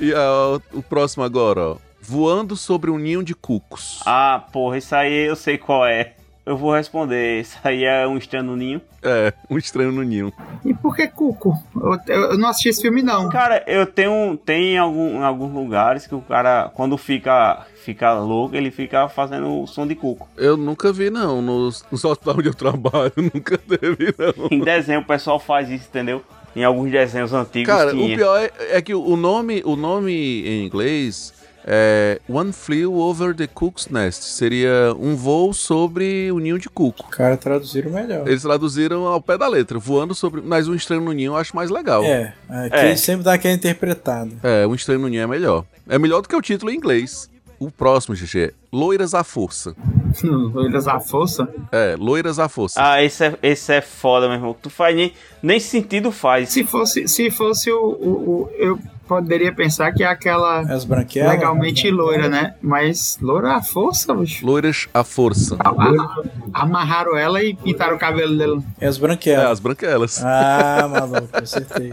Speaker 1: E ó, o próximo agora, ó. Voando sobre um ninho de cucos.
Speaker 2: Ah, porra, isso aí eu sei qual é. Eu vou responder. Isso aí é um estranho no ninho.
Speaker 1: É, um estranho no ninho.
Speaker 3: E por que Cuco? Eu, eu- eu não assisti esse filme, não.
Speaker 2: Cara, eu tenho. Tem algum, em alguns lugares que o cara, quando fica, fica louco, ele fica fazendo o som de cuco.
Speaker 1: Eu nunca vi, não. Nos, nos hospital onde eu trabalho, nunca teve, não.
Speaker 2: Em desenho o pessoal faz isso, entendeu? Em alguns desenhos antigos
Speaker 1: Cara, o
Speaker 2: tinha.
Speaker 1: pior é, é que o nome, o nome em inglês é One Flew Over the Cook's Nest. Seria um voo sobre o ninho de cuco.
Speaker 4: Cara, traduziram melhor.
Speaker 1: Eles traduziram ao pé da letra, voando sobre. Mas um estranho no ninho eu acho mais legal.
Speaker 4: É, aqui
Speaker 2: É.
Speaker 4: sempre dá aquela interpretada.
Speaker 1: É, um estranho no ninho é melhor. É melhor do que o título em inglês. O próximo, GG, Loiras à Força.
Speaker 3: Loiras à força.
Speaker 1: É, Loiras à Força.
Speaker 2: Ah, esse é, esse é foda, meu irmão. Tu faz nem, nem sentido faz.
Speaker 3: Se fosse, se fosse o, o- o- Eu poderia pensar que é aquela
Speaker 4: As branquelas.
Speaker 3: legalmente loira, né? Mas loira à força, bicho.
Speaker 1: Loiras à Força.
Speaker 3: A- Amarraram ela e pintaram o cabelo dela.
Speaker 4: É as
Speaker 1: É,
Speaker 4: branquelas.
Speaker 1: as branquelas.
Speaker 4: Ah, maluco, acertei.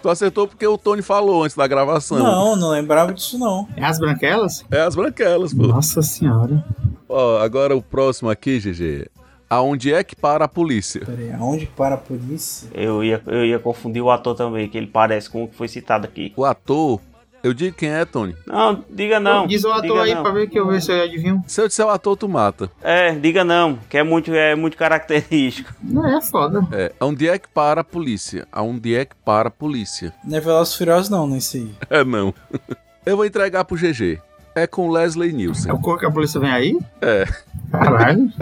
Speaker 1: Tu acertou porque o Tony falou antes da gravação.
Speaker 4: Não, não lembrava disso não.
Speaker 3: É as branquelas?
Speaker 1: É as branquelas, pô.
Speaker 3: Nossa senhora.
Speaker 1: Ó, agora o próximo aqui, GG. Aonde é que para a polícia?
Speaker 4: Peraí, aonde para a polícia?
Speaker 2: Eu ia, eu ia confundir o ator também, que ele parece com o que foi citado aqui.
Speaker 1: O ator? Eu digo quem é, Tony.
Speaker 2: Não, diga não.
Speaker 3: Diz o ator
Speaker 2: diga
Speaker 3: aí
Speaker 2: não.
Speaker 3: pra ver que eu ver se eu adivinho.
Speaker 1: Se eu disser o ator, tu mata.
Speaker 2: É, diga não, que é muito, é muito característico.
Speaker 3: Não é foda.
Speaker 1: É, aonde é que para a polícia? Aonde é que para a polícia?
Speaker 4: Não é Velozes e Furiosos não, nem sei.
Speaker 1: É, não. Eu vou entregar pro GG. É com Leslie Nielsen.
Speaker 3: É o corpo que a polícia vem aí?
Speaker 1: É.
Speaker 3: Caralho.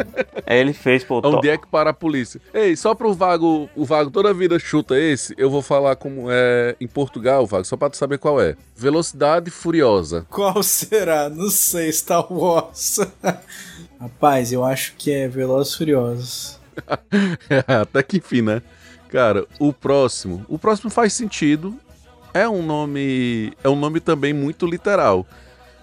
Speaker 2: Aí ele fez, pô,
Speaker 1: Onde
Speaker 2: to-
Speaker 1: é que para a polícia? Ei, só pro Vago, o Vago toda vida chuta esse, eu vou falar como é em Portugal, Vago, só pra tu saber qual é. Velocidade Furiosa.
Speaker 4: Qual será? Não sei, Star Wars. Rapaz, eu acho que é Velozes e Furiosos.
Speaker 1: Até que enfim, né? Cara, o próximo. O próximo faz sentido. É um nome. É um nome também muito literal.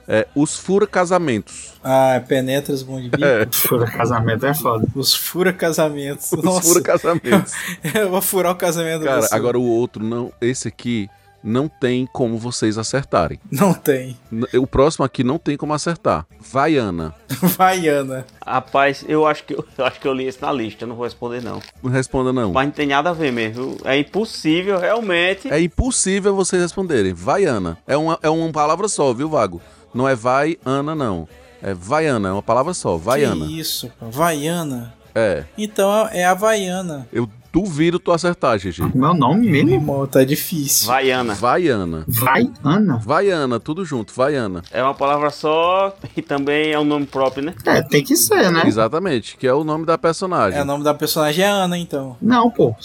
Speaker 1: É Os Fura Casamentos.
Speaker 4: Ah, penetra os bom de bico.
Speaker 1: É.
Speaker 3: Fura casamento é foda.
Speaker 4: Os fura casamentos.
Speaker 1: Os
Speaker 4: Nossa.
Speaker 1: Fura Casamentos.
Speaker 4: eu vou furar o casamento
Speaker 1: Cara,
Speaker 4: você.
Speaker 1: agora o outro, não. Esse aqui não tem como vocês acertarem.
Speaker 4: Não tem.
Speaker 1: N- O próximo aqui não tem como acertar. Vaiana.
Speaker 4: Vai, Ana.
Speaker 2: Rapaz, eu acho, que eu, eu acho que eu li isso na lista, eu não vou responder não.
Speaker 1: Não responda, não.
Speaker 2: Mas não tem nada a ver mesmo. É impossível, realmente.
Speaker 1: É impossível vocês responderem. Vaiana. É uma, é uma palavra só, viu, Vago? Não é vai, Ana, não. É Vaiana, é uma palavra só. Vaiana.
Speaker 4: Que isso, pô. Vaiana.
Speaker 1: É.
Speaker 4: Então é a Vaiana.
Speaker 1: Eu duvido tu acertar, Gigi.
Speaker 3: Meu nome mesmo?
Speaker 4: Irmão, tá difícil.
Speaker 2: Vaiana.
Speaker 1: Vaiana.
Speaker 3: Vai, Ana.
Speaker 1: Vaiana, tudo junto, Vaiana.
Speaker 2: É uma palavra só e também é um nome próprio, né?
Speaker 3: É, tem que ser, né?
Speaker 1: Exatamente, que é o nome da personagem.
Speaker 4: É, o nome da personagem é Ana, então.
Speaker 3: Não, pô.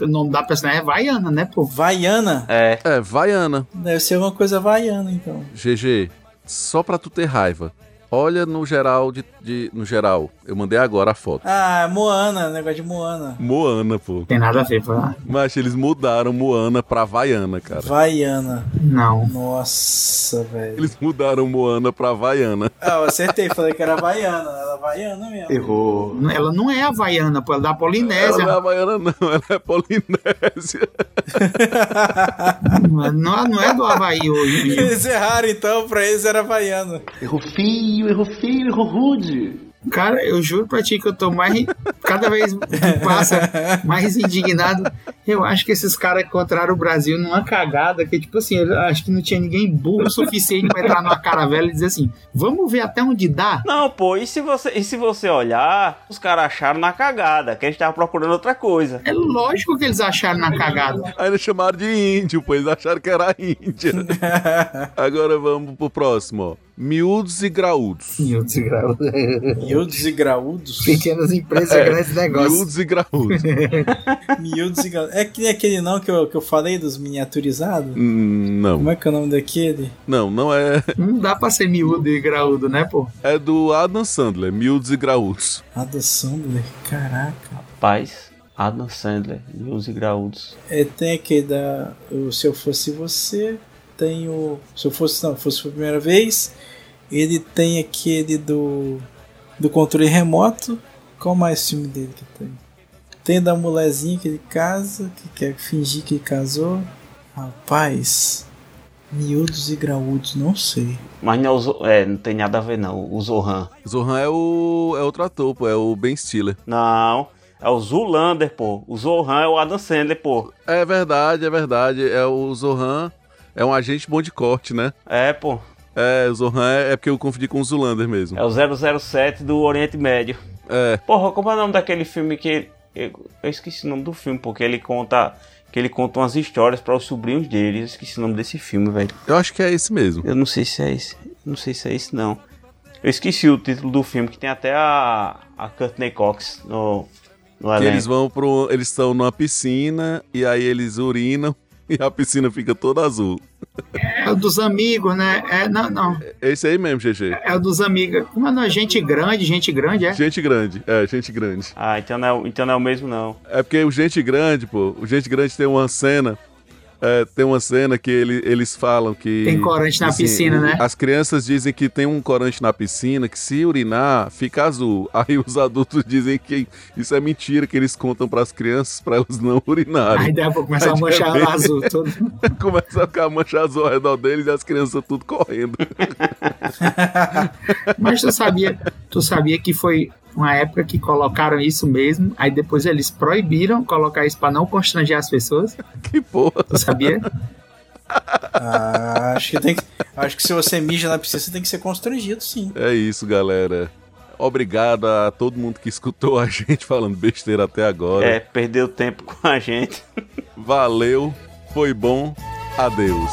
Speaker 3: O nome da personagem é Vaiana, né, pô?
Speaker 4: Vaiana?
Speaker 2: É.
Speaker 1: É, Vaiana.
Speaker 4: Deve ser uma coisa vaiana, então.
Speaker 1: GG, só pra tu ter raiva. Olha no geral de, de- No geral, eu mandei agora a foto.
Speaker 4: Ah, Moana, negócio de Moana.
Speaker 1: Moana, pô.
Speaker 3: Tem nada a ver, pô.
Speaker 1: Mas eles mudaram Moana pra Vaiana, cara.
Speaker 4: Vaiana.
Speaker 3: Não.
Speaker 4: Nossa, velho.
Speaker 1: Eles mudaram Moana pra Vaiana.
Speaker 4: Ah, eu acertei, falei que era Vaiana. Ela é Vaiana mesmo.
Speaker 1: Errou.
Speaker 3: Ela não é a Vaiana, pô. Ela é da
Speaker 1: Ela não é
Speaker 3: Polinésia.
Speaker 1: havaiana, não, ela é polinésia.
Speaker 3: Não, é- não é do Havaí hoje. em dia.
Speaker 4: Eles erraram, então, pra eles era Vaiana.
Speaker 5: Errou feio, errou feio, errou rude.
Speaker 3: Cara, eu juro pra ti que eu tô mais. Cada vez que passa, mais indignado. Eu acho que esses caras encontraram o Brasil numa cagada que, tipo assim, eu acho que não tinha ninguém burro o suficiente pra entrar numa caravela e dizer assim: vamos ver até onde dá.
Speaker 2: Não, pô, e se você, e se você olhar, os caras acharam na cagada, que a gente tava procurando outra coisa.
Speaker 3: É lógico que eles acharam na cagada.
Speaker 1: Aí eles chamaram de índio, pois acharam que era índia. Agora vamos pro próximo, ó. Miúdos e graúdos.
Speaker 3: Meu desgrau.
Speaker 4: Miúdos e graúdos?
Speaker 3: Pequenas empresas, grandes negócios.
Speaker 1: Miúdos e graúdos.
Speaker 4: Miúdos e graúdos. É que nem aquele não que eu, que eu falei dos miniaturizados?
Speaker 1: Hum, não,
Speaker 4: Como é que é o nome daquele?
Speaker 1: não, não é.
Speaker 3: Não dá pra ser miúdo e graúdo, né, pô?
Speaker 1: É do Adam Sandler, Miúdos e graúdos.
Speaker 4: Adam Sandler, caraca.
Speaker 2: Rapaz, Adam Sandler, News e Graúdos.
Speaker 4: É, tem aquele da o Se Eu Fosse Você, tem o. Se eu fosse não, fosse a primeira vez, ele tem aquele do. do controle remoto. Qual mais filme dele que tem? Tem da mulherzinha que ele casa, que quer fingir que casou. Rapaz. Miúdos e graúdos, não sei.
Speaker 2: Mas não, é o Zo- é, não tem nada a ver, não. O Zohan.
Speaker 1: Zohan é o. é outro ator, pô, é o Ben Stiller.
Speaker 2: Não, é o Zulander, pô. O Zohan é o Adam Sandler, pô.
Speaker 1: É verdade, é verdade. É o Zohan. É um agente bom de corte, né?
Speaker 2: É, pô.
Speaker 1: É, o Zohan é, é porque eu confundi com o Zulander mesmo.
Speaker 2: É o 007 do Oriente Médio.
Speaker 1: É.
Speaker 2: Porra, como é o nome daquele filme que ele... Eu, eu esqueci o nome do filme, porque ele conta... Que ele conta umas histórias para os sobrinhos dele. Eu esqueci o nome desse filme, velho.
Speaker 1: Eu acho que é esse mesmo.
Speaker 2: Eu não sei se é esse. Não sei se é esse, não. Eu esqueci o título do filme, que tem até a... A Courtney Cox no... No
Speaker 1: Que
Speaker 2: elenco.
Speaker 1: eles vão pro. Eles estão numa piscina e aí eles urinam e a piscina fica toda azul.
Speaker 3: É o dos amigos, né? É, não, não.
Speaker 1: É esse aí mesmo, GG.
Speaker 3: É o dos amigos. Mas não, é gente grande, gente grande, é?
Speaker 1: Gente grande, é, gente grande.
Speaker 2: Ah, então não, é, o- então não é o mesmo, não.
Speaker 1: É porque o gente grande, pô, o gente grande tem uma cena É, tem uma cena que ele- eles falam que.
Speaker 8: Tem corante na piscina, né?
Speaker 1: As crianças dizem que tem um corante na piscina que se urinar fica azul. Aí os adultos dizem que isso é mentira que eles contam pras crianças pra elas não urinarem.
Speaker 8: Aí daí eu vou começar a
Speaker 1: de
Speaker 8: manchar
Speaker 1: repente,
Speaker 8: azul todo.
Speaker 1: Começa a ficar mancha azul ao redor deles e as crianças tudo correndo.
Speaker 8: Mas tu sabia, tu sabia que foi uma época que colocaram isso mesmo, aí depois eles proibiram colocar isso pra não constranger as pessoas.
Speaker 1: Que porra!
Speaker 8: Tu sabia?
Speaker 4: Ah, acho que tem que- Acho que se você mija na piscina, você tem que ser constrangido, sim.
Speaker 1: É isso, galera. Obrigado a todo mundo que escutou a gente falando besteira até agora.
Speaker 2: É, perdeu tempo com a gente.
Speaker 1: Valeu, foi bom, adeus.